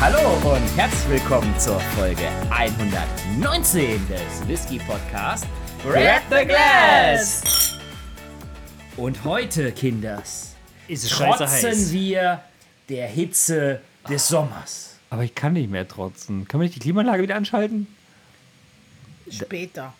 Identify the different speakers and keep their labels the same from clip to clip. Speaker 1: Hallo und herzlich willkommen zur Folge 119 des Whisky Podcast Grab the Glass. Und heute, Kinders,
Speaker 2: Ist es scheiße
Speaker 1: trotzen
Speaker 2: heiß.
Speaker 1: wir der Hitze des Sommers.
Speaker 2: Aber ich kann nicht mehr trotzen. Kann man nicht die Klimaanlage wieder anschalten?
Speaker 3: Später.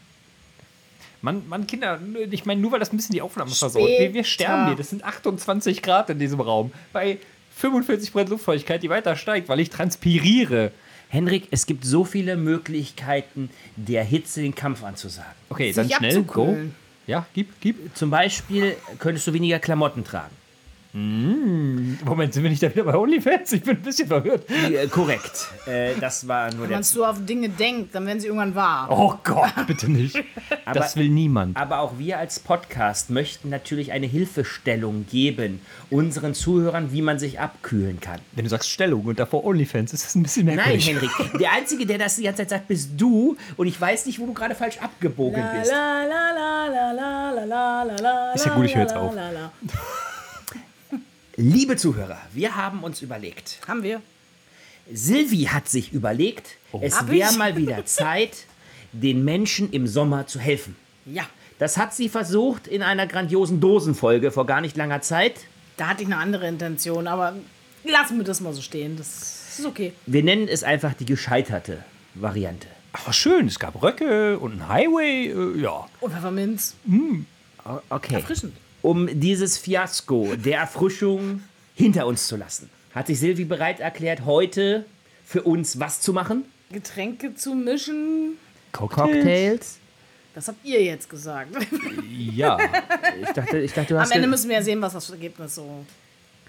Speaker 2: Mann, Mann Kinder, ich meine, nur weil das ein bisschen die Aufnahme versaut. Wir, wir sterben hier. Das sind 28 Grad in diesem Raum. Bei 45 Prozent Luftfeuchtigkeit, die weiter steigt, weil ich transpiriere.
Speaker 1: Henrik, es gibt so viele Möglichkeiten, der Hitze den Kampf anzusagen.
Speaker 2: Okay,
Speaker 3: Sich
Speaker 2: dann schnell. Go.
Speaker 3: abzukühlen.
Speaker 2: Ja, gib, gib.
Speaker 1: Zum Beispiel könntest du weniger Klamotten tragen.
Speaker 2: Moment, sind wir nicht da wieder bei OnlyFans? Ich bin ein bisschen verwirrt.
Speaker 1: Äh, korrekt. Äh, das war nur
Speaker 3: Wenn
Speaker 1: der.
Speaker 3: man so auf Dinge denkt, dann werden sie irgendwann wahr.
Speaker 2: Oh Gott, bitte nicht. das will niemand.
Speaker 1: Aber auch wir als Podcast möchten natürlich eine Hilfestellung geben unseren Zuhörern, wie man sich abkühlen kann.
Speaker 2: Wenn du sagst Stellung und davor OnlyFans, ist das ein bisschen
Speaker 1: Nein,
Speaker 2: merkwürdig.
Speaker 1: Henrik, der Einzige, der das die ganze Zeit sagt, bist du und ich weiß nicht, wo du gerade falsch abgebogen bist.
Speaker 2: Ist ja gut, ich höre jetzt auf.
Speaker 1: Liebe Zuhörer, wir haben uns überlegt.
Speaker 3: Haben wir.
Speaker 1: Silvi hat sich überlegt, es
Speaker 3: Oh. Hab
Speaker 1: wäre
Speaker 3: ich?
Speaker 1: mal wieder Zeit, den Menschen im Sommer zu helfen.
Speaker 3: Ja.
Speaker 1: Das hat sie versucht in einer grandiosen Dosenfolge vor gar nicht langer Zeit.
Speaker 3: Da hatte ich eine andere Intention, aber lassen wir das mal so stehen. Das ist okay.
Speaker 1: Wir nennen es einfach die gescheiterte Variante.
Speaker 2: Aber schön, es gab Röcke und einen Highway. äh, Ja.
Speaker 3: Und Pfefferminz.
Speaker 1: Okay.
Speaker 3: Erfrischend.
Speaker 1: Um dieses Fiasko der Erfrischung hinter uns zu lassen, hat sich Silvi bereit erklärt, heute für uns was zu machen?
Speaker 3: Getränke zu mischen.
Speaker 1: Oh, Cocktails?
Speaker 3: Das habt ihr jetzt gesagt. Am
Speaker 2: Ja.
Speaker 1: Ich dachte, ich dachte du hast.
Speaker 3: Ende
Speaker 1: ge-
Speaker 3: müssen wir ja sehen, was das Ergebnis so.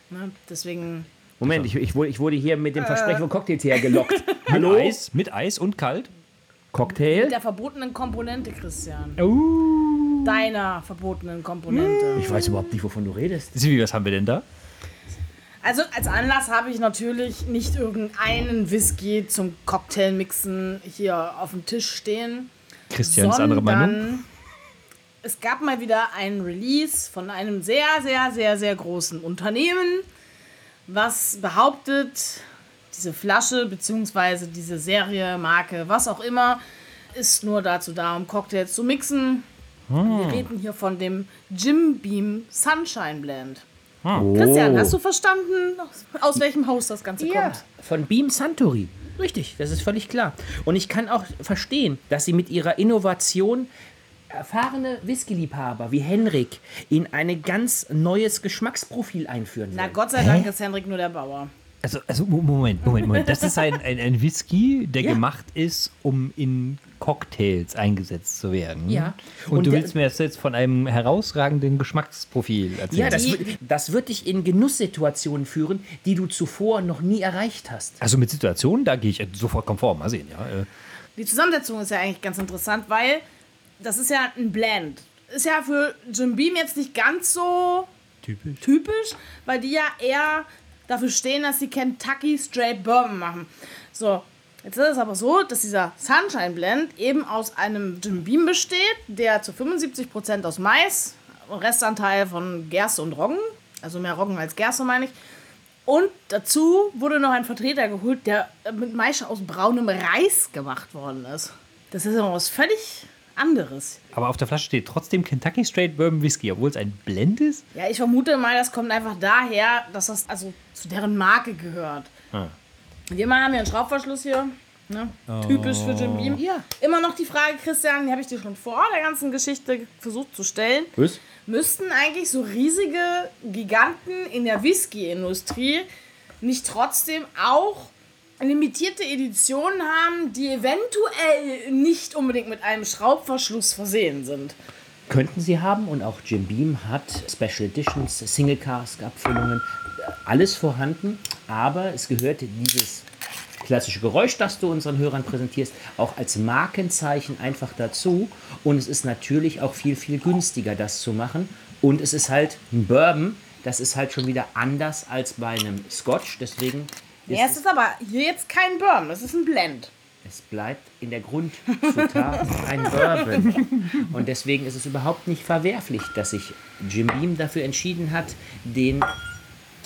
Speaker 3: Ne? Deswegen.
Speaker 1: Moment, ich, ich, wurde, ich wurde hier
Speaker 3: Äh.
Speaker 1: mit dem Versprechen von Cocktails hergelockt. Hallo?
Speaker 2: Eis, mit Eis und kalt.
Speaker 1: Cocktail?
Speaker 3: Der verbotenen Komponente, Christian.
Speaker 2: Uh.
Speaker 3: Deiner verbotenen Komponente.
Speaker 2: Mm.
Speaker 1: Ich weiß überhaupt nicht, wovon du redest.
Speaker 2: Sivi, was haben wir denn da?
Speaker 3: Also als Anlass habe ich natürlich nicht irgendeinen Whisky zum Cocktailmixen hier auf dem Tisch stehen,
Speaker 2: Christian ist anderer Meinung.
Speaker 3: es gab mal wieder ein Release von einem sehr, sehr, sehr, sehr großen Unternehmen, was behauptet, diese Flasche bzw. diese Serie, Marke, was auch immer, ist nur dazu da, um Cocktails zu mixen.
Speaker 2: Ah.
Speaker 3: Wir reden hier von dem Jim Beam Sunshine Blend.
Speaker 1: Oh.
Speaker 3: Christian, hast du verstanden, aus welchem Haus das Ganze kommt?
Speaker 1: Von Beam Santori. Richtig, das ist völlig klar. Und ich kann auch verstehen, dass sie mit ihrer Innovation erfahrene Whisky-Liebhaber wie Henrik in ein ganz neues Geschmacksprofil einführen
Speaker 3: Na
Speaker 1: wollen.
Speaker 3: Gott sei Dank ist Henrik nur der Bauer.
Speaker 2: Also, also Mo- Moment, Moment, Moment. Das ist ein, ein, ein Whisky, der
Speaker 1: Ja.
Speaker 2: gemacht ist, um in Cocktails eingesetzt zu werden.
Speaker 1: Ja.
Speaker 2: Und,
Speaker 1: Und
Speaker 2: du
Speaker 1: der-
Speaker 2: willst mir das jetzt von einem herausragenden Geschmacksprofil erzählen.
Speaker 1: Ja, das, wird- das wird dich in Genusssituationen führen, die du zuvor noch nie erreicht hast.
Speaker 2: also mit Situationen, da gehe ich also sofort konform. Mal sehen, ja. Äh,
Speaker 3: Die Zusammensetzung ist ja eigentlich ganz interessant, weil das ist ja ein Blend. Ist ja für Jim Beam jetzt nicht ganz so
Speaker 2: Typisch.
Speaker 3: typisch, weil die ja eher dafür stehen, dass sie Kentucky Straight Bourbon machen. So, jetzt ist es aber so, dass dieser Sunshine Blend eben aus einem Jim Beam besteht, der zu 75% aus Mais, Restanteil von Gerste und Roggen, also mehr Roggen als Gerste meine ich, und dazu wurde noch ein Vertreter geholt, der mit Maische aus braunem Reis gemacht worden ist. Das ist ja was völlig anderes.
Speaker 2: Aber auf der Flasche steht trotzdem Kentucky Straight Bourbon Whisky, obwohl es ein Blend ist.
Speaker 3: Ja, ich vermute mal, das kommt einfach daher, dass das also zu deren Marke gehört. Wir mal haben hier einen Schraubverschluss hier. Ne? Typisch für Jim Beam.
Speaker 1: Ja.
Speaker 3: Immer noch die Frage, Christian, die habe ich dir schon vor der ganzen Geschichte versucht zu stellen.
Speaker 1: Was?
Speaker 3: Müssten eigentlich so riesige Giganten in der Whisky-Industrie nicht trotzdem auch limitierte Editionen haben, die eventuell nicht unbedingt mit einem Schraubverschluss versehen sind?
Speaker 1: Könnten sie haben und auch Jim Beam hat Special Editions, Single Cask Abfüllungen, alles vorhanden, aber es gehört dieses klassische Geräusch, das du unseren Hörern präsentierst, auch als Markenzeichen einfach dazu und es ist natürlich auch viel, viel günstiger, das zu machen und es ist halt ein Bourbon, das ist halt schon wieder anders als bei einem Scotch, deswegen ist
Speaker 3: Ja, es ist aber hier jetzt kein Burn, das ist ein Blend.
Speaker 1: es bleibt in der Grundzutat ein Bourbon. Und deswegen ist es überhaupt nicht verwerflich, dass sich Jim Beam dafür entschieden hat, den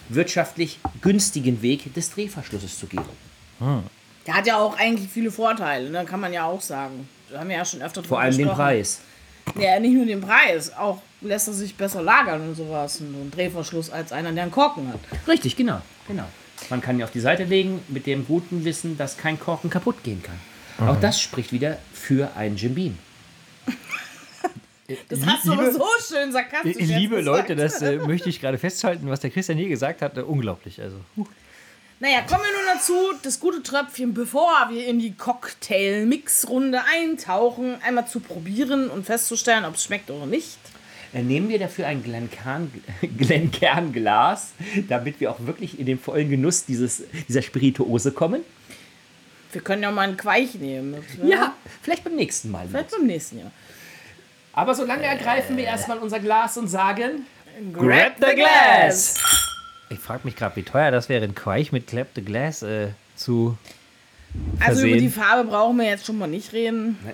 Speaker 1: wirtschaftlich günstigen Weg des Drehverschlusses zu gehen.
Speaker 3: Der hat ja auch eigentlich viele Vorteile, ne? kann man ja auch sagen. Da haben wir ja schon öfter drüber
Speaker 1: Vor allem den
Speaker 3: gesprochen.
Speaker 1: Preis.
Speaker 3: Ja, nicht nur den Preis, auch lässt er sich besser lagern und sowas. Und so ein Drehverschluss als einer, der einen Korken hat.
Speaker 1: Richtig, genau, genau. Man kann ihn auf die Seite legen mit dem guten Wissen, dass kein Korken kaputt gehen kann. Auch das spricht wieder für einen Jim Beam.
Speaker 3: Das
Speaker 2: Lie-
Speaker 3: hast du aber
Speaker 2: liebe-
Speaker 3: so schön sarkastisch jetzt
Speaker 2: Liebe
Speaker 3: gesagt.
Speaker 1: ne?
Speaker 2: Leute, das äh, möchte ich gerade festhalten, was der Christian hier gesagt hat. Äh, unglaublich. Also.
Speaker 3: Naja, kommen wir nun dazu, das gute Tröpfchen, bevor wir in die Cocktail-Mix-Runde eintauchen, einmal zu probieren und festzustellen, ob es schmeckt oder nicht.
Speaker 1: Äh, Nehmen wir dafür ein Glencairn, Glencairn-Glas, damit wir auch wirklich in den vollen Genuss dieses, dieser Spirituose kommen?
Speaker 3: Wir können ja mal einen Queich nehmen. Das wär-
Speaker 1: Ja, vielleicht beim nächsten Mal.
Speaker 3: Vielleicht beim nächsten Jahr.
Speaker 1: Aber solange ergreifen wir erstmal unser Glas und sagen:
Speaker 2: Grab
Speaker 1: the glass!
Speaker 2: Ich frage mich gerade, wie teuer das wäre, ein Quaich mit Clap the Glass äh, zu.
Speaker 3: Also über
Speaker 2: Versehen.
Speaker 3: die Farbe brauchen wir jetzt schon mal nicht reden.
Speaker 2: Ne,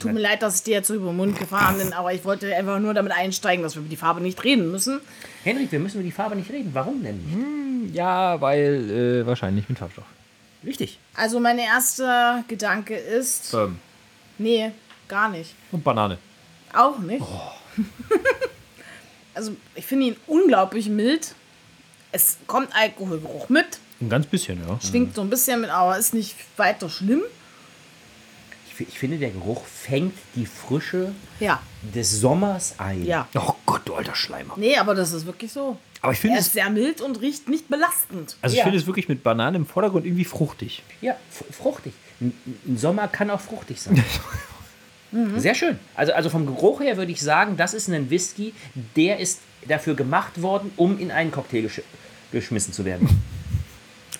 Speaker 3: Tut mir leid, dass ich dir jetzt so über den Mund gefahren bin, aber ich wollte einfach nur damit einsteigen, dass wir über die Farbe nicht reden müssen.
Speaker 1: Henrik, wir müssen über die Farbe nicht reden. Warum denn nicht?
Speaker 2: Ja, weil äh, wahrscheinlich mit Farbstoff.
Speaker 1: Richtig.
Speaker 3: Also mein erster Gedanke ist,
Speaker 2: Ähm,
Speaker 3: nee, gar nicht.
Speaker 2: und Banane.
Speaker 3: Auch nicht.
Speaker 2: Oh.
Speaker 3: also ich finde ihn unglaublich mild. Es kommt Alkoholgeruch mit,
Speaker 2: Ein ganz bisschen, ja.
Speaker 3: schwingt so ein bisschen mit, aber ist nicht weiter schlimm.
Speaker 1: Ich, fi- ich finde, der Geruch fängt die Frische
Speaker 3: Ja,
Speaker 1: des Sommers ein.
Speaker 3: ja.
Speaker 2: Oh Gott, du alter Schleimer.
Speaker 3: Nee, aber das ist wirklich so.
Speaker 2: Aber ich finde
Speaker 3: Er ist
Speaker 2: es.
Speaker 3: sehr mild und riecht nicht belastend.
Speaker 2: Also ich
Speaker 1: Ja.
Speaker 2: finde es wirklich mit Banane im Vordergrund irgendwie fruchtig.
Speaker 1: Ja, f- fruchtig. Ein, ein Sommer kann auch fruchtig sein. Sehr schön. Also, also vom Geruch her würde ich sagen, das ist ein Whisky, der ist dafür gemacht worden, um in einen Cocktail gesch geschmissen zu werden.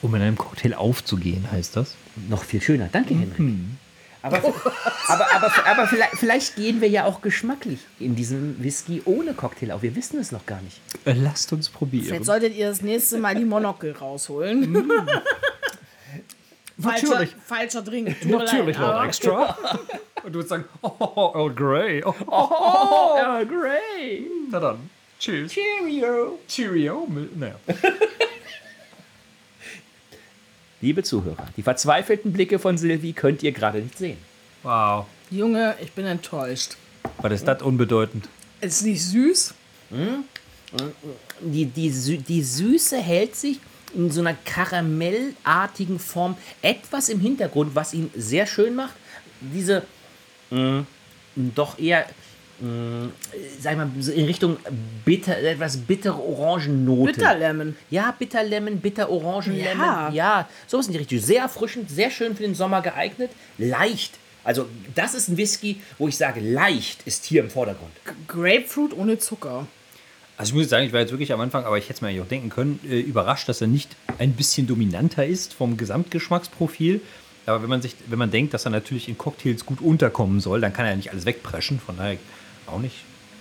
Speaker 2: Um in einem Cocktail aufzugehen, heißt das.
Speaker 1: Noch viel schöner. Danke, Henrik. Aber, aber, aber, aber vielleicht, vielleicht gehen wir ja auch geschmacklich in diesem Whisky ohne Cocktail auf. Wir wissen es noch gar nicht.
Speaker 2: Äh, Lasst uns probieren.
Speaker 3: Vielleicht solltet ihr das nächste Mal die Monokel rausholen. falscher,
Speaker 2: Natürlich.
Speaker 3: falscher Drink. Tut mir
Speaker 2: Natürlich,
Speaker 3: leid,
Speaker 2: Lord
Speaker 3: aber-
Speaker 2: Extra. Und du würdest sagen, oh, oh, oh Earl Grey. Oh, oh, oh, Earl Grey. Na dann, tschüss. Cheerio. Cheerio. mit- Naja.
Speaker 1: Liebe Zuhörer, die verzweifelten Blicke von Sylvie könnt ihr gerade nicht sehen.
Speaker 2: Wow.
Speaker 3: Junge, ich bin enttäuscht.
Speaker 2: Was ist das unbedeutend?
Speaker 3: Ist nicht süß.
Speaker 1: die, die, Sü- die Süße hält sich in so einer karamellartigen Form etwas im Hintergrund, was ihn sehr schön macht. Diese mh, doch eher, mh, sag ich mal, so in Richtung bitter, etwas bittere Orangennote.
Speaker 3: Bitterlemon.
Speaker 1: Ja, Bitterlemon, Bitter-Orangenlemon.
Speaker 3: Ja.
Speaker 1: Ja. ja, sowas in die Richtung. Sehr erfrischend, sehr schön für den Sommer geeignet. Leicht. Also, das ist ein Whisky, wo ich sage, leicht ist hier im Vordergrund.
Speaker 3: Grapefruit ohne Zucker.
Speaker 2: Also ich muss jetzt sagen, ich war jetzt wirklich am Anfang, aber ich hätte es mir eigentlich auch denken können, äh, überrascht, dass er nicht ein bisschen dominanter ist vom Gesamtgeschmacksprofil. Aber wenn man, sich, wenn man denkt, dass er natürlich in Cocktails gut unterkommen soll, dann kann er nicht alles wegpreschen. Von daher auch nicht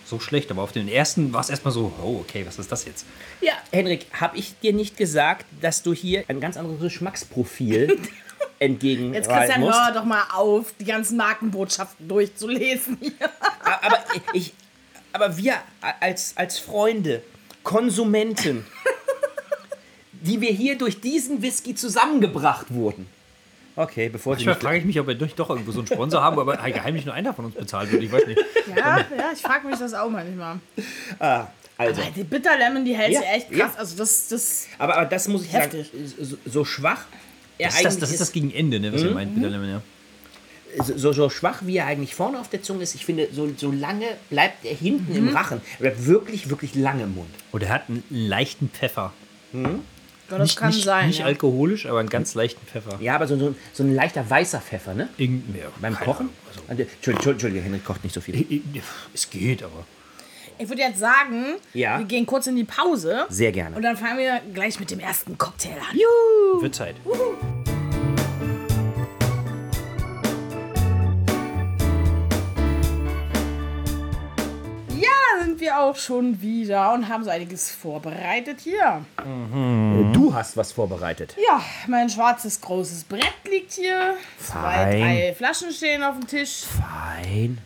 Speaker 2: so schlecht. Aber auf den ersten war es erstmal so, oh, okay, was ist das jetzt?
Speaker 1: Ja, Henrik, habe ich dir nicht gesagt, dass du hier ein ganz anderes Geschmacksprofil entgegen
Speaker 3: Jetzt, Christian,
Speaker 1: musst?
Speaker 3: hör doch mal auf, die ganzen Markenbotschaften durchzulesen.
Speaker 1: A- Aber, ich, aber wir a- als, als Freunde, Konsumenten, die wir hier durch diesen Whisky zusammengebracht wurden. Okay, bevor du
Speaker 2: Manchmal frage ich mich, ob wir doch, doch irgendwo so einen Sponsor haben, aber heimlich nur einer von uns bezahlt wird. Ich weiß nicht.
Speaker 3: Ja, ja, ich frage mich das auch manchmal.
Speaker 1: Also,
Speaker 3: Die Bitterlemon, die hält
Speaker 1: Ja,
Speaker 3: sich echt
Speaker 1: ja.
Speaker 3: krass. Also das, das
Speaker 1: aber, aber das muss ich
Speaker 3: Heftig.
Speaker 1: sagen, so, so schwach. Er
Speaker 2: Das ist das, das, ist das gegen Ende, ne, was ihr meint. Bitte, ja.
Speaker 1: so, so schwach, wie er eigentlich vorne auf der Zunge ist, ich finde, so, so lange bleibt er hinten im
Speaker 3: Mhm.
Speaker 1: Rachen. Er bleibt wirklich, wirklich lange im Mund.
Speaker 2: Und er hat einen leichten Pfeffer.
Speaker 3: ja, das
Speaker 2: nicht,
Speaker 3: kann
Speaker 2: nicht,
Speaker 3: sein.
Speaker 2: Nicht
Speaker 3: ja.
Speaker 2: alkoholisch, aber einen ganz leichten Pfeffer.
Speaker 1: Ja, aber so, so, so ein leichter weißer Pfeffer, ne?
Speaker 2: Irgendwie. ja,
Speaker 1: Beim
Speaker 2: keine
Speaker 1: Kochen?
Speaker 2: Ahnung. Also,
Speaker 1: Also, Entschuldigung, Entschuldigung, Henrik kocht nicht so viel.
Speaker 2: äh, äh, es geht, aber.
Speaker 3: Ich würde jetzt sagen,
Speaker 1: Ja.
Speaker 3: wir gehen kurz in die Pause.
Speaker 1: Sehr
Speaker 3: Und
Speaker 1: gerne.
Speaker 3: dann fangen wir gleich mit dem ersten Cocktail an.
Speaker 2: Wird Zeit.
Speaker 3: Ja, da sind wir auch schon wieder und haben so einiges vorbereitet hier.
Speaker 1: Äh, Du hast was vorbereitet.
Speaker 3: Ja, mein schwarzes großes Brett liegt hier. Zwei,
Speaker 1: Fein.
Speaker 3: drei Flaschen stehen auf dem Tisch.
Speaker 1: Fein.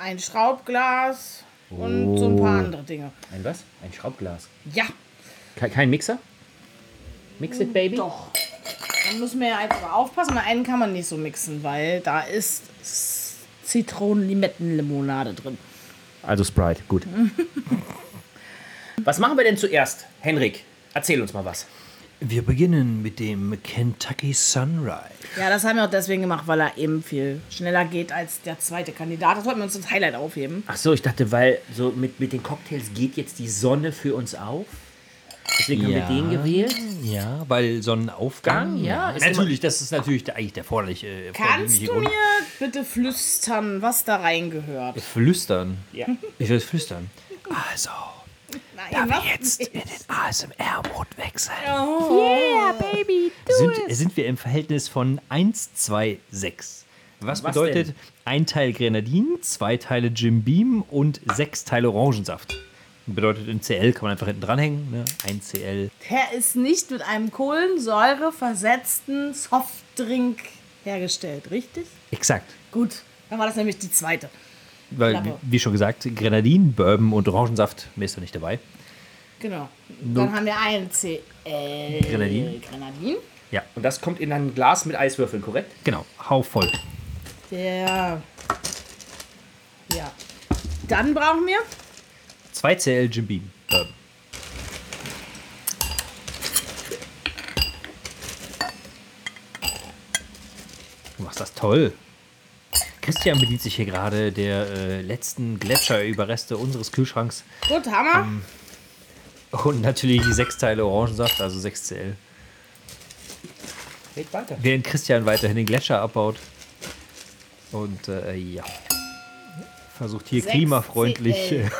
Speaker 3: Ein Schraubglas und so ein paar
Speaker 1: Oh.
Speaker 3: andere Dinge.
Speaker 1: Ein was? Ein Schraubglas.
Speaker 3: Ja,
Speaker 1: Ke- Kein Mixer? Mix it, Baby?
Speaker 3: doch. müssen wir ja jetzt mal aufpassen. Mal einen kann man nicht so mixen, weil da ist Zitronen-Limetten-Limonade drin.
Speaker 1: Also Sprite, gut. was machen wir denn zuerst? Henrik, erzähl uns mal was.
Speaker 2: Wir beginnen mit dem Kentucky Sunrise.
Speaker 3: Ja, das haben wir auch deswegen gemacht, weil er eben viel schneller geht als der zweite Kandidat. Das wollten wir uns als Highlight aufheben.
Speaker 1: Ach so, ich dachte, weil so mit, mit den Cocktails geht jetzt die Sonne für uns auf. Deswegen
Speaker 2: Ja.
Speaker 1: haben wir den gewählt.
Speaker 2: Ja, weil Sonnenaufgang.
Speaker 1: Gang, ja, ist
Speaker 2: natürlich, das ist natürlich der- eigentlich der vorderliche. äh,
Speaker 3: Kannst
Speaker 2: vorderliche
Speaker 3: du
Speaker 2: Grund.
Speaker 3: mir bitte flüstern, was da reingehört?
Speaker 2: flüstern?
Speaker 1: Ja.
Speaker 2: Ich will flüstern. Also,
Speaker 3: Nein, was?
Speaker 2: in den ASMR-Mode wechseln.
Speaker 3: Oh.
Speaker 2: sind, sind wir im Verhältnis von 1, 2, 6. Was,
Speaker 1: Was
Speaker 2: bedeutet
Speaker 1: denn?
Speaker 2: ein Teil Grenadin, zwei Teile Jim Beam und sechs Teile Orangensaft? Bedeutet in CL kann man einfach hinten dranhängen. Ne? Ein CL.
Speaker 3: Der ist nicht mit einem kohlensäureversetzten Softdrink hergestellt, richtig?
Speaker 2: Exakt.
Speaker 3: Gut, dann war das nämlich die zweite.
Speaker 2: Weil, wie,
Speaker 3: Klappe.
Speaker 2: wie schon gesagt, Grenadin, Bourbon und Orangensaft, mehr ist da nicht dabei.
Speaker 3: Genau.
Speaker 2: Nun-
Speaker 3: Dann haben wir einen CL
Speaker 2: Grenadin.
Speaker 3: Grenadin.
Speaker 1: Und das kommt in ein Glas mit Eiswürfeln, korrekt?
Speaker 2: Genau, hau voll.
Speaker 3: Der. Ja. Dann brauchen wir.
Speaker 2: 2 CL Jim Beam. Bourbon. Du machst das toll. Christian bedient sich hier gerade der äh, letzten Gletscherüberreste unseres Kühlschranks
Speaker 3: Gut, Hammer.
Speaker 2: Ähm. und natürlich die sechs Teile Orangensaft, also 6 CL.
Speaker 1: Geht weiter.
Speaker 2: Während Christian weiterhin den Gletscher abbaut und äh, ja, versucht hier
Speaker 3: Sechs
Speaker 2: klimafreundlich
Speaker 3: CL.
Speaker 2: äh,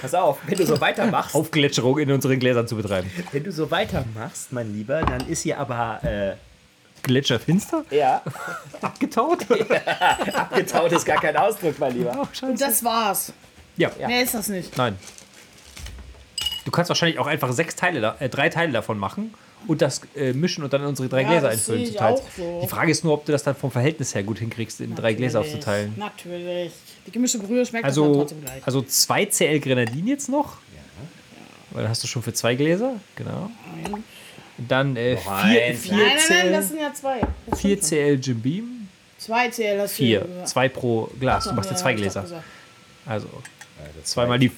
Speaker 1: Pass auf, wenn du so weitermachst,
Speaker 2: Aufgletscherung in unseren Gläsern zu betreiben.
Speaker 1: wenn du so weitermachst, mein Lieber, dann ist hier aber äh,
Speaker 2: Gletscherfinster?
Speaker 1: ja,
Speaker 2: Abgetaut?
Speaker 1: abgetaut ist gar kein Ausdruck, mein Lieber.
Speaker 2: Ach, scheiße.
Speaker 3: Und das war's.
Speaker 2: Ja.
Speaker 3: Mehr ist das nicht.
Speaker 2: Nein. Du kannst wahrscheinlich auch einfach sechs Teile, da- äh, drei Teile davon machen und das äh, mischen und dann in unsere drei
Speaker 3: Ja,
Speaker 2: Gläser
Speaker 3: das
Speaker 2: einfüllen
Speaker 3: sehe
Speaker 2: zu
Speaker 3: ich
Speaker 2: teilen.
Speaker 3: auch so.
Speaker 2: Die Frage ist nur, ob du das dann vom Verhältnis her gut hinkriegst, in drei Gläser
Speaker 3: Natürlich,
Speaker 2: aufzuteilen.
Speaker 3: Natürlich. Die gemischte Brühe schmeckt also,
Speaker 2: Also,
Speaker 3: trotzdem gleich.
Speaker 2: also zwei CL Grenadin jetzt noch. Weil dann hast du schon für zwei Gläser. Genau. Und dann äh,
Speaker 1: Noch
Speaker 2: vier,
Speaker 1: eins.
Speaker 2: vier,
Speaker 3: nein, nein,
Speaker 2: CL,
Speaker 3: nein, das sind ja zwei. Das
Speaker 2: vier
Speaker 3: stimmt
Speaker 2: CL Jim Beam.
Speaker 3: schon. Zwei CL, das
Speaker 2: Vier. Zwei pro Glas. Du machst ja zwei Gläser. Also, zweimal die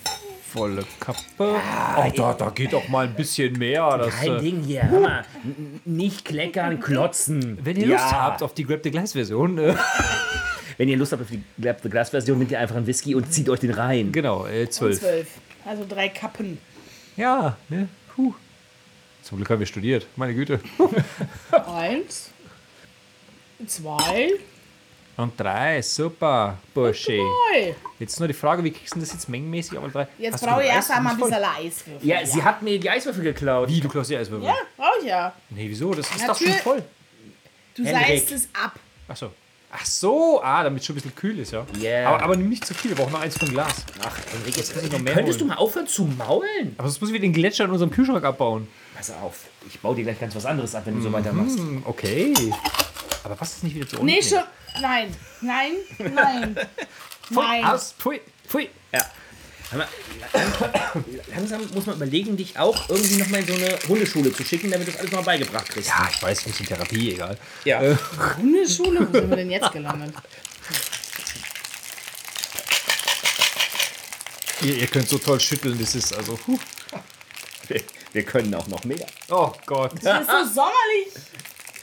Speaker 2: volle Kappe. oh, da, da geht auch mal ein bisschen mehr. Das,
Speaker 1: Kein
Speaker 2: äh,
Speaker 1: Ding hier, Hammer. N- Nicht kleckern, klotzen.
Speaker 2: wenn ihr
Speaker 1: Ja.
Speaker 2: Lust habt auf die Grab the Glass Version, äh,
Speaker 1: Wenn ihr Lust habt auf die Grab the Glass Version, nehmt ihr einfach einen Whisky und zieht euch den rein.
Speaker 2: genau, äh, zwölf.
Speaker 3: Zwölf. Also drei Kappen.
Speaker 2: Ja, ne? Puh. Zum Glück haben wir studiert. Meine Güte.
Speaker 3: Eins. Zwei.
Speaker 2: Und drei, super, Bursche.
Speaker 3: Drei.
Speaker 2: Jetzt nur die Frage, wie kriegst du das jetzt mengenmäßig? Aber drei.
Speaker 3: Jetzt
Speaker 2: Hast du
Speaker 3: brauche ich
Speaker 2: Reis?
Speaker 3: erst einmal ein
Speaker 2: Du musst
Speaker 3: bisschen Eiswürfel.
Speaker 1: Ja, sie hat mir die Eiswürfel geklaut.
Speaker 2: voll- Wie, du klaust die Eiswürfel?
Speaker 3: Ja, brauche ich ja.
Speaker 2: Nee, wieso? Das ist doch schon
Speaker 3: Natürlich.
Speaker 2: voll.
Speaker 3: Du
Speaker 1: Henrik.
Speaker 3: seist es ab.
Speaker 2: Ach so. Ach so, ah, damit es schon ein bisschen kühl ist, ja.
Speaker 1: Yeah.
Speaker 2: Aber, aber nimm nicht zu viel, wir brauchen noch eins für ein Glas.
Speaker 1: Ach, Henrik, jetzt
Speaker 2: ich noch mehr
Speaker 1: könntest
Speaker 2: holen.
Speaker 1: du mal aufhören zu maulen?
Speaker 2: Aber sonst müssen wir den Gletscher in unserem Kühlschrank abbauen.
Speaker 1: Pass auf, ich baue dir gleich ganz was anderes ab, wenn du so weitermachst.
Speaker 2: Hm, Okay. Aber was ist nicht wieder zu unten?
Speaker 3: Nee, schon. Nein, nein, nein.
Speaker 2: Pfui,
Speaker 3: Nein.
Speaker 2: aus, pfui, pfui.
Speaker 1: Aber langsam muss man überlegen, dich auch irgendwie nochmal in so eine Hundeschule zu schicken, damit du das alles nochmal beigebracht kriegst.
Speaker 2: Ja, ich weiß, ich muss in Therapie, egal.
Speaker 1: Ja.
Speaker 3: Hundeschule? Wo sind wir denn jetzt gelandet?
Speaker 2: Ihr, ihr könnt so toll schütteln, das ist also. Huh.
Speaker 1: Wir, wir können auch noch mehr.
Speaker 2: Oh Gott.
Speaker 3: Das ist so sommerlich.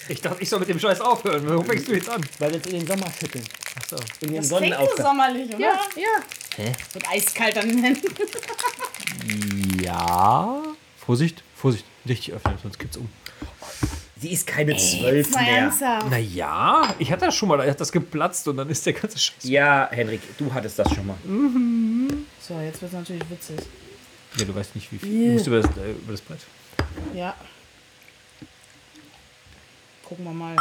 Speaker 2: Ich dachte, ich soll mit dem Scheiß aufhören. Warum fängst du jetzt an?
Speaker 1: Weil wir jetzt in den Sommer schütteln.
Speaker 2: Achso.
Speaker 1: In den
Speaker 3: Das klingt so sommerlich, oder?
Speaker 1: Ja, ja.
Speaker 3: Mit eiskalt an den Händen.
Speaker 2: Ja. Vorsicht, Vorsicht. Richtig öffnen, sonst kippt's um.
Speaker 1: Sie ist keine zwölf
Speaker 3: Mal
Speaker 1: mehr.
Speaker 3: ernsthaft.
Speaker 2: Naja, ich hatte das schon mal, da hat das geplatzt und dann ist der ganze Scheiß.
Speaker 1: Ja, Henrik, du hattest das schon mal.
Speaker 3: So, jetzt wird es natürlich witzig.
Speaker 2: Ja, du weißt nicht, wie viel. Du musst über das, äh, über das Brett.
Speaker 3: Ja. Gucken wir mal.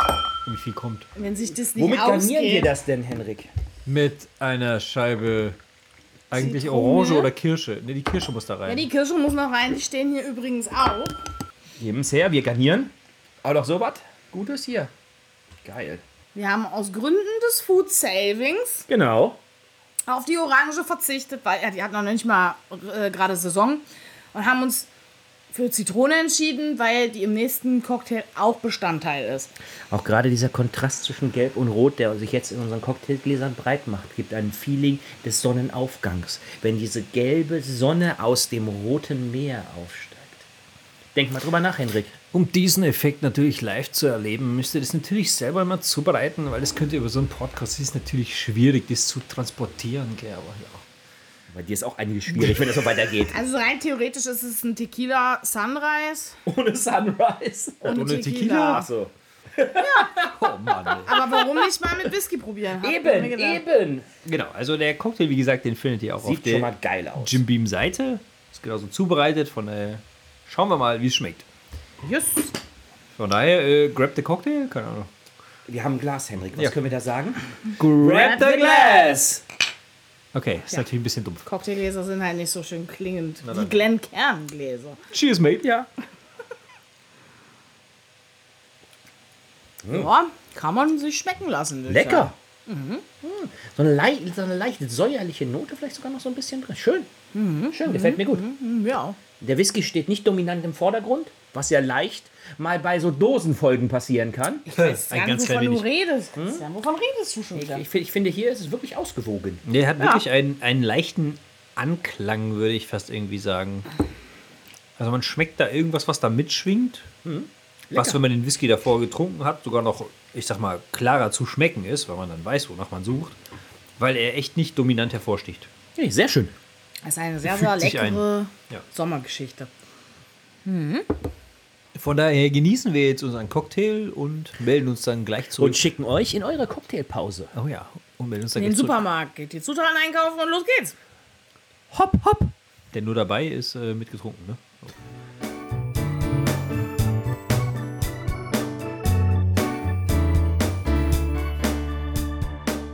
Speaker 2: Wie viel kommt.
Speaker 3: Wenn sich das nicht
Speaker 1: Womit garnieren wir
Speaker 3: ausgeht.
Speaker 1: das denn, Henrik?
Speaker 2: Mit einer Scheibe. Eigentlich
Speaker 3: Zitrone?
Speaker 2: Orange oder Kirsche. Ne, die Kirsche muss da rein.
Speaker 3: Ja, die Kirsche muss noch rein. Die stehen hier übrigens auch.
Speaker 1: Geben's her, wir garnieren. Aber doch so was Gutes hier. Geil.
Speaker 3: Wir haben aus Gründen des Food Savings
Speaker 1: Genau.
Speaker 3: auf die Orange verzichtet, weil ja, die hatten noch nicht mal äh, gerade Saison und haben uns für Zitrone entschieden, weil die im nächsten Cocktail auch Bestandteil ist.
Speaker 1: Auch gerade dieser Kontrast zwischen Gelb und Rot, der sich jetzt in unseren Cocktailgläsern breit macht, gibt ein Feeling des Sonnenaufgangs, wenn diese gelbe Sonne aus dem roten Meer aufsteigt. Denk mal drüber nach, Henrik.
Speaker 2: Um diesen Effekt natürlich live zu erleben, müsst ihr das natürlich selber mal zubereiten, weil das könnt ihr über so einen Podcast, das ist natürlich schwierig, das zu transportieren, gell, aber ja.
Speaker 1: Bei dir ist auch einiges schwierig, wenn das so weitergeht.
Speaker 3: Also rein theoretisch ist es ein Tequila Sunrise
Speaker 1: Ohne Sunrise.
Speaker 3: und
Speaker 2: ohne
Speaker 3: Tequila.
Speaker 2: Tequila.
Speaker 1: Achso.
Speaker 2: Oh Mann. ey.
Speaker 3: Aber warum nicht mal mit Whisky probieren? Hab ich mir
Speaker 1: Eben,
Speaker 3: gedacht.
Speaker 1: eben.
Speaker 2: genau, also der Cocktail, wie gesagt, den findet ihr auch auf
Speaker 1: Sieht schon mal
Speaker 2: der
Speaker 1: geil aus.
Speaker 2: Jim Beam Seite. Ist genauso zubereitet, von daher schauen wir mal, wie es schmeckt.
Speaker 3: Yes.
Speaker 2: Von daher, äh, grab the Cocktail, keine Ahnung.
Speaker 1: Wir haben ein Glas, Henrik. Was
Speaker 2: Ja.
Speaker 1: können wir da sagen?
Speaker 2: Grab
Speaker 1: the glass!
Speaker 2: Okay, ist natürlich ein bisschen dumpf.
Speaker 3: Cocktailgläser sind halt nicht so schön klingend.
Speaker 2: nein.
Speaker 3: Die Glen Gläser.
Speaker 2: Cheers, mate.
Speaker 3: Ja. Ja, kann man sich schmecken lassen. würd ich
Speaker 1: Lecker.
Speaker 3: sagen.
Speaker 1: Mhm. So, eine lei- so eine leichte säuerliche Note, vielleicht sogar noch so ein bisschen drin. Schön. Schön, gefällt mir gut.
Speaker 3: Hm, Ja.
Speaker 1: Der Whisky steht nicht dominant im Vordergrund, was ja leicht mal bei so Dosenfolgen passieren kann.
Speaker 3: Ein
Speaker 2: ganz klein
Speaker 3: wovon
Speaker 2: wenig.
Speaker 3: du redest. Christian, wovon redest du schon wieder?
Speaker 1: Ich, fi- ich finde, hier ist es wirklich ausgewogen.
Speaker 2: Der hat wirklich einen, einen leichten Anklang, würde ich fast irgendwie sagen. Also man schmeckt da irgendwas, was da mitschwingt. Was, wenn man den Whisky davor getrunken hat, sogar noch, ich sag mal, klarer zu schmecken ist, weil man dann weiß, wonach man sucht. Weil er echt nicht dominant hervorsticht.
Speaker 1: Hey, sehr schön.
Speaker 3: Das ist eine sehr, sehr
Speaker 2: Fügt sich
Speaker 3: leckere
Speaker 2: Ja.
Speaker 3: Sommergeschichte.
Speaker 2: Von daher genießen wir jetzt unseren Cocktail und melden uns dann gleich zurück.
Speaker 1: Und schicken euch in eure Cocktailpause.
Speaker 2: oh ja, und melden uns dann
Speaker 3: In den
Speaker 2: gleich zurück.
Speaker 3: Supermarkt geht die Zutaten einkaufen und los geht's.
Speaker 2: Hopp, hopp. Der nur dabei ist äh, mitgetrunken, ne?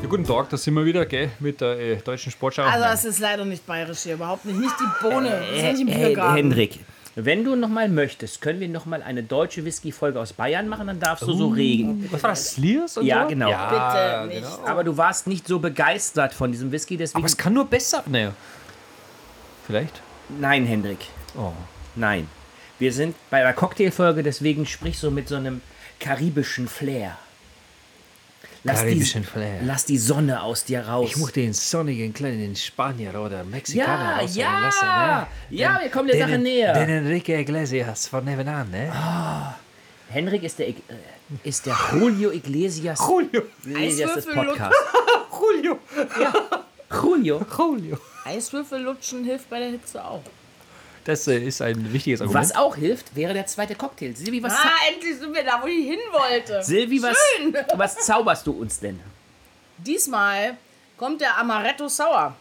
Speaker 2: Ja, guten Tag, da sind wir wieder, gell, mit der äh, deutschen Sportschau.
Speaker 3: Also es ist leider nicht bayerisch hier, überhaupt nicht. Nicht die Bohne. Das ist nicht im
Speaker 1: Äh, Hey,
Speaker 3: Biergarten.
Speaker 1: Henrik, wenn du nochmal möchtest, können wir nochmal eine deutsche Whisky-Folge aus Bayern machen, dann darfst du so reden.
Speaker 2: was war das, Sliers und
Speaker 1: Oh. Ja,
Speaker 2: so?
Speaker 1: genau.
Speaker 2: Ja,
Speaker 3: Bitte nicht.
Speaker 2: Genau.
Speaker 1: Aber du warst nicht so begeistert von diesem Whisky, deswegen.
Speaker 2: Aber es kann nur besser. Naja. Vielleicht?
Speaker 1: Nein, Hendrik.
Speaker 2: Oh.
Speaker 1: Nein. Wir sind bei der Cocktailfolge, deswegen sprich so mit so einem karibischen Flair. Lass
Speaker 2: Karibischen
Speaker 1: die,
Speaker 2: Flair.
Speaker 1: Lass die Sonne aus dir raus.
Speaker 2: Ich muss den sonnigen kleinen Spanier oder Mexikaner
Speaker 1: ja,
Speaker 2: raus
Speaker 1: ja,
Speaker 2: lassen, ne?
Speaker 1: ja, wir kommen der Sache
Speaker 2: den,
Speaker 1: näher.
Speaker 2: Den Enrique Iglesias von nebenan, ne?
Speaker 1: Henrik ist der, Ig- äh, ist der Julio Iglesias,
Speaker 2: Julio.
Speaker 1: Iglesias des
Speaker 3: Eiswürfel-
Speaker 1: Podcasts.
Speaker 2: Julio.
Speaker 1: Julio,
Speaker 2: Julio.
Speaker 3: Eiswürfel lutschen hilft bei der Hitze auch.
Speaker 2: Das äh, ist ein wichtiges Argument.
Speaker 1: was auch hilft, wäre der zweite Cocktail. Silvi, was,
Speaker 3: Ah, endlich sind wir da, wo ich hin wollte.
Speaker 1: Silvi, was,
Speaker 3: Schön.
Speaker 1: was zauberst du uns denn?
Speaker 3: Diesmal kommt der Amaretto Sour.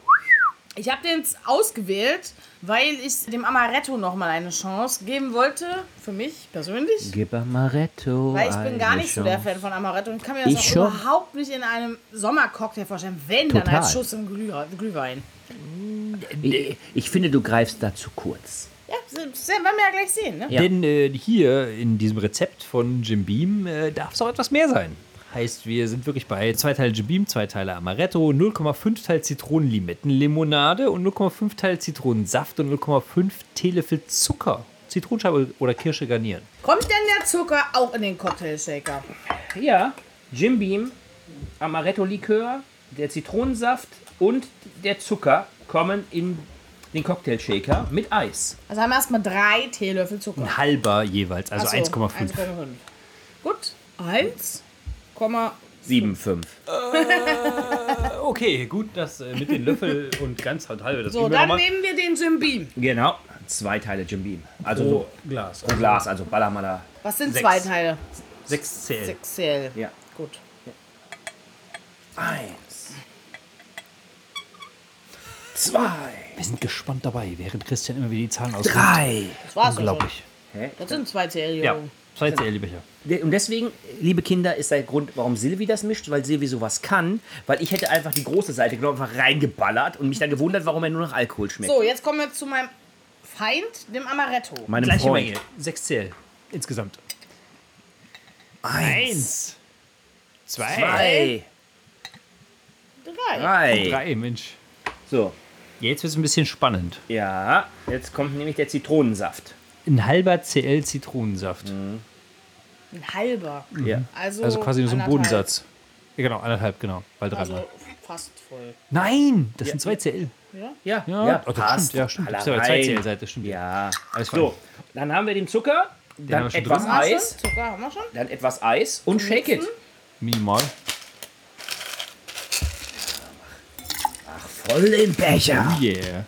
Speaker 3: Ich habe den jetzt ausgewählt, weil ich dem Amaretto nochmal eine Chance geben wollte. Für mich persönlich.
Speaker 1: Gib Amaretto.
Speaker 3: Weil ich bin gar nicht so
Speaker 2: also
Speaker 3: der Fan von Amaretto und kann mir das
Speaker 1: Ich
Speaker 3: auch
Speaker 1: schon.
Speaker 3: überhaupt nicht in einem Sommercocktail vorstellen. Wenn, dann
Speaker 1: Total.
Speaker 3: als Schuss im Glühwe- Glühwein.
Speaker 1: Ich, ich finde, du greifst da zu kurz.
Speaker 3: Ja, das werden wir ja gleich sehen, ne?
Speaker 1: Ja.
Speaker 2: Denn äh, hier in diesem Rezept von Jim Beam äh, darf es auch etwas mehr sein. Heißt, wir sind wirklich bei zwei Teile Jim Beam, zwei Teile Amaretto, 0,5 Teil Zitronenlimettenlimonade und 0,5 Teil Zitronensaft und 0,5 Teelöffel Zucker. Zitronenscheibe oder Kirsche garnieren.
Speaker 3: Kommt denn der Zucker auch in den Cocktail-Shaker?
Speaker 1: Ja, Jim Beam, Amaretto-Likör, der Zitronensaft und der Zucker kommen in den Cocktailshaker mit Eis.
Speaker 3: Also haben wir erstmal drei Teelöffel Zucker.
Speaker 2: Ein halber jeweils, also
Speaker 3: Achso,
Speaker 2: 1,5.
Speaker 3: 1,5. Gut, 1,5.
Speaker 1: 7,5.
Speaker 2: Okay, gut, das äh, mit den Löffel und ganz und halbe, das
Speaker 3: So,
Speaker 2: kriegen wir
Speaker 3: dann
Speaker 2: nochmal.
Speaker 3: nehmen wir den Jim Beam.
Speaker 1: Genau, zwei Teile Jim Beam. Also
Speaker 2: Pro
Speaker 1: so
Speaker 2: Glas.
Speaker 1: pro Glas, also Ballermaler.
Speaker 3: Was sind
Speaker 2: Sechs.
Speaker 3: zwei Teile?
Speaker 2: 6 CL.
Speaker 3: 6 CL.
Speaker 1: Ja.
Speaker 3: Gut.
Speaker 1: Eins. Zwei.
Speaker 2: Wir sind gespannt dabei, während Christian immer wieder die Zahlen ausruft.
Speaker 1: Drei.
Speaker 3: Das war's.
Speaker 2: Unglaublich.
Speaker 1: Hä?
Speaker 3: Also. Das sind zwei CL,
Speaker 2: Ja,
Speaker 3: Junge.
Speaker 2: zwei CL, lieber Herr.
Speaker 1: De- Und deswegen, liebe Kinder, ist der Grund, warum Silvi das mischt, weil Silvi sowas kann, weil ich hätte einfach die große Seite genommen, einfach reingeballert und mich dann gewundert, warum er nur nach Alkohol schmeckt.
Speaker 3: So, jetzt kommen wir zu meinem Feind, dem Amaretto.
Speaker 1: Meinem
Speaker 2: Gleiche
Speaker 1: Freund.
Speaker 2: Menge. 6 CL insgesamt.
Speaker 1: Eins.
Speaker 2: Eins. Zwei.
Speaker 1: Drei.
Speaker 3: Drei.
Speaker 1: Drei.
Speaker 2: Drei, Mensch.
Speaker 1: So,
Speaker 2: Jetzt wird es ein bisschen spannend.
Speaker 1: ja, jetzt kommt nämlich der Zitronensaft.
Speaker 2: ein halber CL Zitronensaft.
Speaker 3: Ein halber.
Speaker 1: Ja.
Speaker 3: Also,
Speaker 2: Also quasi nur so ein
Speaker 3: anderthalb.
Speaker 2: Bodensatz. Ja, genau, anderthalb, genau. Weil dreimal.
Speaker 3: Also fast voll.
Speaker 2: Nein, das sind zwei CL.
Speaker 1: Ja,
Speaker 2: Ja, oh, das stimmt, ja, stimmt. Das ist aber
Speaker 1: Allerlei.
Speaker 2: zwei CL-Seite, stimmt.
Speaker 1: Ja.
Speaker 2: Alles fein.
Speaker 1: so, dann haben wir den Zucker,
Speaker 2: haben
Speaker 1: dann
Speaker 2: wir schon
Speaker 1: etwas
Speaker 2: drin.
Speaker 1: Eis,
Speaker 3: Zucker haben wir schon.
Speaker 1: dann etwas Eis und shake it.
Speaker 2: Minimal.
Speaker 1: Voll im Becher.
Speaker 2: Yeah.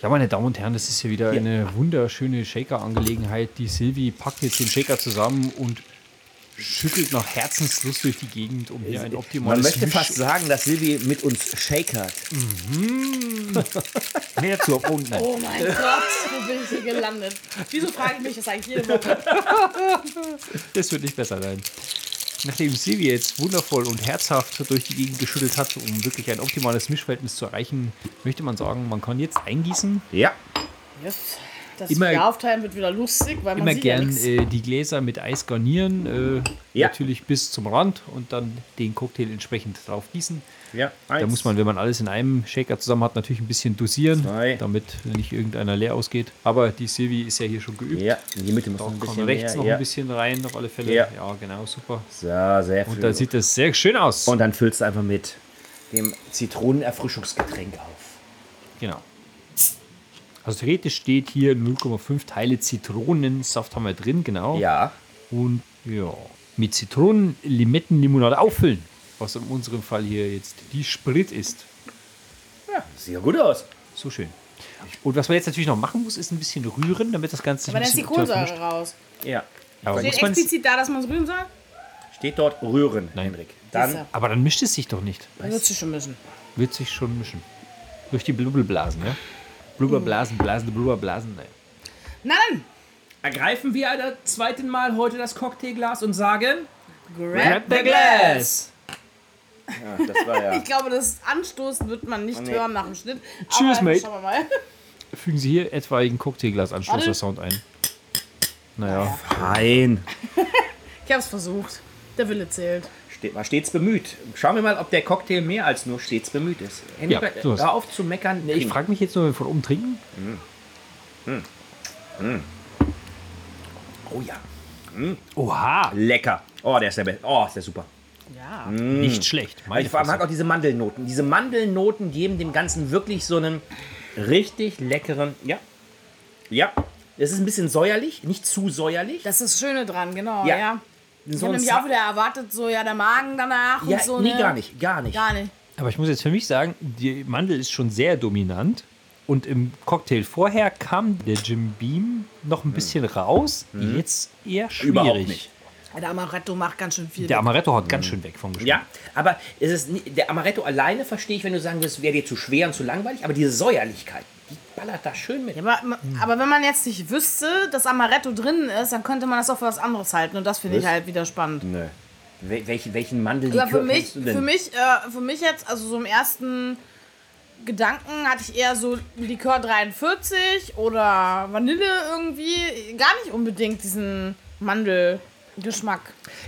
Speaker 2: Ja, meine Damen und Herren, das ist hier wieder eine wunderschöne Shaker-Angelegenheit. Die Silvi packt jetzt den Shaker zusammen und schüttelt nach Herzenslust durch die Gegend, um hier ein
Speaker 1: Man
Speaker 2: optimales
Speaker 1: möchte fast sagen, dass Silvi mit uns shakert.
Speaker 2: mehr zu erfunden.
Speaker 3: Oh mein Gott, wo bin ich hier gelandet? Wieso frage ich mich das eigentlich jede Woche?
Speaker 2: Das wird nicht besser sein. Nachdem Silvi jetzt wundervoll und herzhaft durch die Gegend geschüttelt hat, um wirklich ein optimales Mischverhältnis zu erreichen, möchte man sagen, man kann jetzt eingießen.
Speaker 1: Ja.
Speaker 3: Das
Speaker 2: Immer-
Speaker 3: wieder aufteilen wird wieder lustig, weil man
Speaker 2: Immer
Speaker 3: sieht ja
Speaker 2: gern
Speaker 3: nichts.
Speaker 2: äh, die Gläser mit Eis garnieren, äh,
Speaker 1: Ja.
Speaker 2: natürlich bis zum Rand und dann den Cocktail entsprechend drauf gießen.
Speaker 1: Ja,
Speaker 2: Da muss man, wenn man alles in einem Shaker zusammen hat, natürlich ein bisschen dosieren,
Speaker 1: Zwei.
Speaker 2: damit nicht irgendeiner leer ausgeht. Aber die Silvi ist ja hier schon geübt.
Speaker 1: Ja, in die Mitte muss
Speaker 2: Da
Speaker 1: noch ein
Speaker 2: kann
Speaker 1: bisschen
Speaker 2: rechts
Speaker 1: mehr.
Speaker 2: noch
Speaker 1: ja.
Speaker 2: ein bisschen rein, auf alle Fälle.
Speaker 1: Ja.
Speaker 2: genau, super.
Speaker 1: So, sehr
Speaker 2: Und
Speaker 1: viel.
Speaker 2: da sieht das sehr schön aus.
Speaker 1: Und dann füllst du einfach mit dem Zitronenerfrischungsgetränk auf.
Speaker 2: Genau. Also theoretisch steht hier 0,5 Teile Zitronensaft haben wir drin, genau.
Speaker 1: Ja.
Speaker 2: Und ja, mit Zitronen, Limetten, Limonade auffüllen. Was in unserem Fall hier jetzt die Sprit ist.
Speaker 1: ja. Sieht ja gut aus.
Speaker 2: So schön. Und was man jetzt natürlich noch machen muss, ist ein bisschen rühren, damit das Ganze
Speaker 3: Aber dann ist die
Speaker 2: bisschen vermischt.
Speaker 3: Kohlensäure raus.
Speaker 1: Ja.
Speaker 2: aber,
Speaker 3: Steht
Speaker 2: muss man es,
Speaker 3: explizit da, dass man es rühren soll?
Speaker 1: Steht dort rühren,
Speaker 2: Nein.
Speaker 1: Hendrik. Dann
Speaker 3: Ist
Speaker 2: aber dann mischt es sich doch nicht.
Speaker 3: er. Wird sich schon müssen.
Speaker 2: Wird sich schon mischen. Durch die Blubbelblasen, ja? Blubberblasen, blasende Blubberblasen, nein.
Speaker 3: Nein!
Speaker 1: ergreifen wir das zweite Mal heute das Cocktailglas und sagen.
Speaker 3: Grab
Speaker 2: the glass!
Speaker 1: Ja, das war ja.
Speaker 3: Ich glaube, das Anstoßen wird man
Speaker 1: Oh,
Speaker 3: nicht hören nach dem Schnitt.
Speaker 2: Cheers,
Speaker 3: aber
Speaker 2: mate.
Speaker 3: Schauen wir mal.
Speaker 2: Fügen Sie hier etwaigen Cocktailglasanstoßer-Sound ein. Naja,
Speaker 1: Nein.
Speaker 3: Ich habe es versucht. Der Wille zählt.
Speaker 1: Steht, war stets bemüht. Schauen wir mal, ob der Cocktail mehr als nur stets bemüht ist. Hendrik,
Speaker 2: Ja, so ist-
Speaker 1: hör auf zu meckern. Hm.
Speaker 2: ich frage mich jetzt nur, von oben trinken?
Speaker 1: Oh ja.
Speaker 2: Oha,
Speaker 1: Lecker. Oh, der ist der Beste. Oh, ist der super.
Speaker 3: Ja.
Speaker 2: nicht schlecht.
Speaker 1: Weil
Speaker 2: Meine
Speaker 1: ich vor allem mag
Speaker 2: Fresse.
Speaker 1: auch diese Mandelnoten. Diese Mandelnoten geben dem Ganzen wirklich so einen richtig leckeren. Ja. Ja. Es ist ein bisschen säuerlich, nicht zu säuerlich.
Speaker 3: Das ist das Schöne dran, genau.
Speaker 1: Ja.
Speaker 3: Ja. Ich
Speaker 1: So
Speaker 3: habe
Speaker 1: ein
Speaker 3: nämlich
Speaker 1: Sa-
Speaker 3: auch wieder erwartet, so ja, der Magen danach
Speaker 1: ja,
Speaker 3: und so.
Speaker 1: nee,
Speaker 3: ne?
Speaker 1: gar nicht, gar nicht.
Speaker 3: Gar nicht.
Speaker 2: Aber ich muss jetzt für mich sagen, die Mandel ist schon sehr dominant. Und im Cocktail vorher kam der Jim Beam noch ein bisschen raus. Jetzt eher schwierig.
Speaker 1: Hm. Überhaupt nicht. Hm.
Speaker 3: Der Amaretto macht ganz schön viel.
Speaker 2: Der Amaretto hat ganz schön weg vom Geschmack.
Speaker 1: Ja, aber es ist, nie- der Amaretto alleine verstehe ich, wenn du sagen würdest, wäre dir zu schwer und zu langweilig, aber diese Säuerlichkeit, die ballert da schön mit.
Speaker 3: Ja, aber,
Speaker 1: Hm.
Speaker 3: aber wenn man jetzt nicht wüsste, dass Amaretto drin ist, dann könnte man das auch für was anderes halten. Und das finde ich
Speaker 1: Was? Hm.
Speaker 3: halt wieder spannend.
Speaker 1: Nö. Wel welchen, welchen Mandellikör
Speaker 3: Ja, für mich,
Speaker 1: kennst du denn?
Speaker 3: für mich, äh, für mich jetzt, also so im ersten Gedanken hatte ich eher so Likör 43 oder Vanille irgendwie. Gar nicht unbedingt diesen Mandelgeschmack.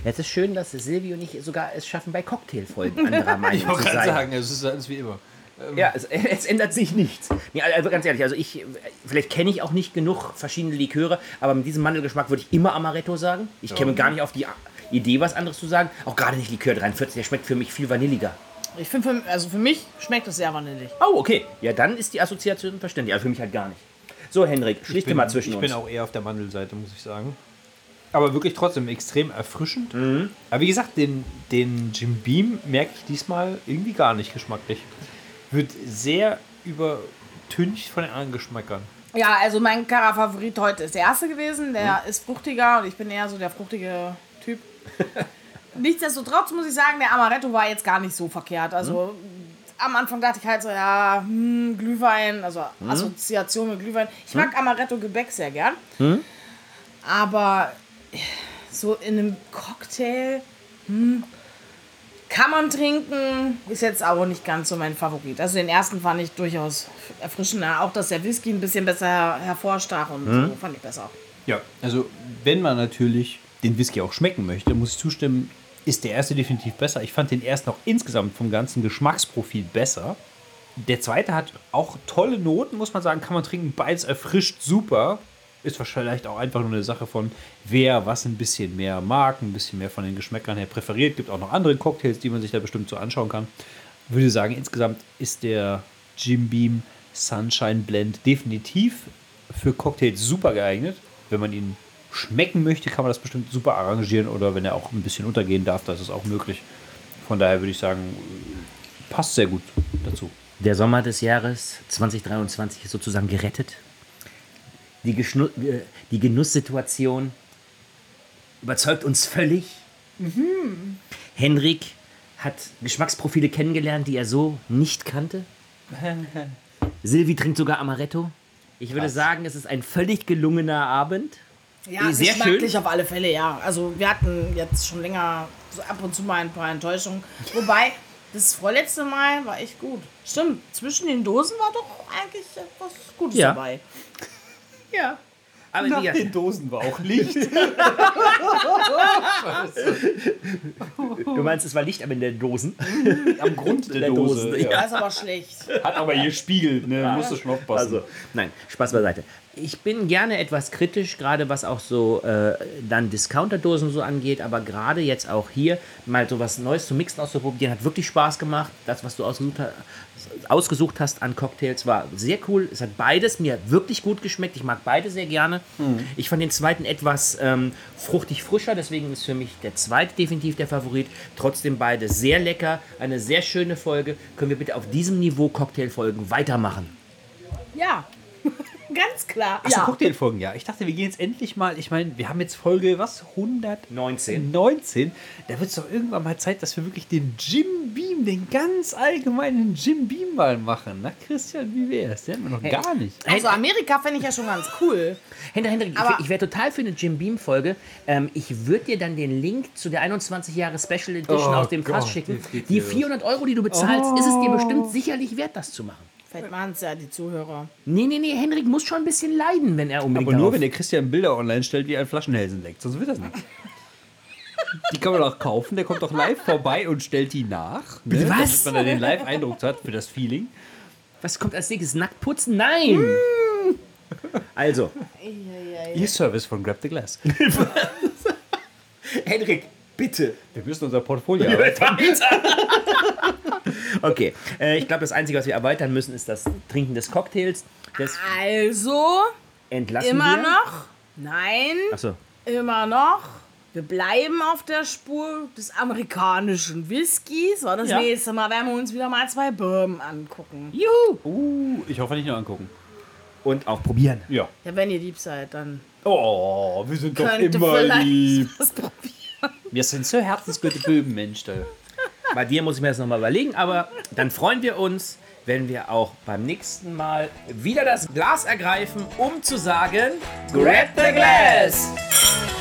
Speaker 1: Ja, es ist schön, dass Silvio und ich sogar es schaffen, bei Cocktailfolgen anderer Meinung zu sein.
Speaker 2: es ist alles wie immer. Ähm.
Speaker 1: Ja, es, es ändert sich nichts. Nee, also ganz ehrlich, also ich, vielleicht kenne ich auch nicht genug verschiedene Liköre, aber mit diesem Mandelgeschmack würde ich immer Amaretto sagen. Ich käme gar nicht auf die A- Idee, was anderes zu sagen. Auch gerade nicht Likör 43, der schmeckt für mich viel vanilliger.
Speaker 3: Ich finde, für- also für mich schmeckt das sehr vanillig.
Speaker 1: Oh, okay. Ja, dann ist die Assoziation verständlich, aber für mich halt gar nicht. So, Henrik, schlichte mal zwischen
Speaker 2: ich
Speaker 1: uns.
Speaker 2: bin auch eher auf der Mandelseite, muss ich sagen. Aber wirklich trotzdem extrem erfrischend.
Speaker 1: Hm.
Speaker 2: Aber wie gesagt, den, den Jim Beam merke ich diesmal irgendwie gar nicht geschmacklich. Wird sehr übertüncht von den anderen Geschmäckern.
Speaker 3: Ja, also mein Kara-Favorit heute ist der erste gewesen. Der ist fruchtiger und ich bin eher so der fruchtige Typ. Nichtsdestotrotz muss ich sagen, der Amaretto war jetzt gar nicht so verkehrt. Also am Anfang dachte ich halt so, ja, hm, Glühwein, also Assoziation mit Glühwein. Ich mag Amaretto-Gebäck sehr gern. Aber so in einem Cocktail hm, kann man trinken, ist jetzt aber nicht ganz so mein Favorit. Also den ersten fand ich durchaus erfrischender. Auch, dass der Whisky ein bisschen besser her hervorstach und
Speaker 1: Mhm.
Speaker 3: so fand ich besser.
Speaker 2: Ja, also wenn man natürlich den Whisky auch schmecken möchte, muss ich zustimmen, ist der erste definitiv besser. Ich fand den ersten auch insgesamt vom ganzen Geschmacksprofil besser. Der zweite hat auch tolle Noten, muss man sagen. Kann man trinken, beides erfrischt super. Ist wahrscheinlich auch einfach nur eine Sache von, wer was ein bisschen mehr mag, ein bisschen mehr von den Geschmäckern her präferiert. Gibt auch noch andere Cocktails, die man sich da bestimmt so anschauen kann. Würde sagen, insgesamt ist der Jim Beam Sunshine Blend definitiv für Cocktails super geeignet. Wenn man ihn schmecken möchte, kann man das bestimmt super arrangieren oder wenn er auch ein bisschen untergehen darf, das ist auch möglich. Von daher würde ich sagen, passt sehr gut dazu.
Speaker 1: Der Sommer des Jahres 2023 ist sozusagen gerettet. Die, Geschnu äh, die Genusssituation überzeugt uns völlig.
Speaker 2: Mhm.
Speaker 1: Henrik hat Geschmacksprofile kennengelernt, die er so nicht kannte. Silvi trinkt sogar Amaretto. Ich würde sagen, es ist ein völlig gelungener Abend.
Speaker 3: Ja,
Speaker 1: Sehr
Speaker 3: geschmacklich
Speaker 1: schön.
Speaker 3: auf alle Fälle, ja. Also wir hatten jetzt schon länger so ab und zu mal ein paar Enttäuschungen. Wobei, das vorletzte Mal war echt gut. Stimmt, zwischen den Dosen war doch eigentlich etwas Gutes
Speaker 1: Ja.
Speaker 3: dabei. Ja.
Speaker 1: Aber wie gesagt,
Speaker 2: Dosen war auch Licht.
Speaker 1: du meinst, es war Licht, aber in der Dosen.
Speaker 2: Am Grund der,
Speaker 1: Der
Speaker 2: Dose.
Speaker 1: Dosen, ja.
Speaker 3: Das ist aber schlecht.
Speaker 2: Hat aber gespiegelt, ne? Musste schon aufpassen.
Speaker 1: Also, nein, Spaß beiseite. Ich bin gerne etwas kritisch, gerade was auch so äh, dann Discounterdosen so angeht, aber gerade jetzt auch hier mal so was Neues zum Mixen auszuprobieren, hat wirklich Spaß gemacht. Das, was du ausgesucht, ha- ausgesucht hast an Cocktails, war sehr cool. Es hat beides mir wirklich gut geschmeckt. Ich mag beide sehr gerne. Ich fand den zweiten etwas ähm, fruchtig frischer, deswegen ist für mich der zweite definitiv der Favorit. Trotzdem beide sehr lecker, eine sehr schöne Folge. Können wir bitte auf diesem Niveau Cocktailfolgen weitermachen?
Speaker 3: Ja. Ganz klar.
Speaker 2: Achso,
Speaker 3: ja.
Speaker 2: Cocktailfolgen, ja. Ich dachte, wir gehen jetzt endlich mal. Ich meine, wir haben jetzt Folge, was? 119.
Speaker 1: 19.
Speaker 2: Da wird es doch irgendwann mal Zeit, dass wir wirklich den Jim Beam, den ganz allgemeinen Jim Beam mal machen. Na, Christian, wie wär's? Den haben wir noch gar nicht.
Speaker 3: Also Amerika fände ich ja schon ganz cool.
Speaker 1: Hendrik, Hendrik,
Speaker 3: Aber-
Speaker 1: ich, ich wäre total für eine Jim Beam-Folge. Ähm, ich würde dir dann den Link zu der 21 Jahre Special Edition
Speaker 2: Oh
Speaker 1: aus dem Fass
Speaker 2: Gott,
Speaker 1: schicken.
Speaker 2: jetzt geht's
Speaker 1: Die
Speaker 2: los.
Speaker 1: 400 Euro, die du bezahlst, ist es dir
Speaker 3: Oh.
Speaker 1: bestimmt sicherlich wert, das zu machen.
Speaker 3: Vielleicht machen es ja die Zuhörer.
Speaker 1: Nee, nee, nee, Hendrik muss schon ein bisschen leiden, wenn er unbedingt
Speaker 2: Aber nur,
Speaker 1: darauf-
Speaker 2: wenn der Christian Bilder online stellt, wie ein Flaschenhälsen leckt. Sonst wird das nicht. Die kann man auch kaufen. Der kommt doch live vorbei und stellt die nach. Ne?
Speaker 1: Was?
Speaker 2: Damit man dann den Live-Eindruck hat für das Feeling.
Speaker 1: Was kommt als nächstes? Nacktputzen? Nein!
Speaker 2: Hm.
Speaker 1: Also,
Speaker 2: Ihr Service von Grab the Glass.
Speaker 1: Hendrik, bitte.
Speaker 2: Wir müssen unser Portfolio erweitern.
Speaker 1: Okay, äh, ich glaube, das Einzige, was wir erweitern müssen, ist das Trinken des Cocktails. Das
Speaker 3: Also,
Speaker 1: entlassen
Speaker 3: immer
Speaker 1: wir.
Speaker 3: noch? Nein,
Speaker 1: Achso,
Speaker 3: immer noch. Wir bleiben auf der Spur des amerikanischen Whiskys. Und das
Speaker 2: Ja.
Speaker 3: nächste Mal werden wir uns wieder mal zwei Birnen angucken.
Speaker 2: Juhu! Uh, ich hoffe nicht nur angucken.
Speaker 1: und auch probieren.
Speaker 2: Ja.
Speaker 3: Ja, wenn ihr lieb seid, dann
Speaker 2: Oh, wir sind doch
Speaker 3: könnte
Speaker 2: immer
Speaker 3: vielleicht
Speaker 2: lieb.
Speaker 3: was probieren.
Speaker 2: Wir sind so herzensgute Böben, Mensch. Da.
Speaker 1: Bei dir muss ich mir das nochmal überlegen, aber dann freuen wir uns, wenn wir auch beim nächsten Mal wieder das Glas ergreifen, um zu sagen, Grab the Glass!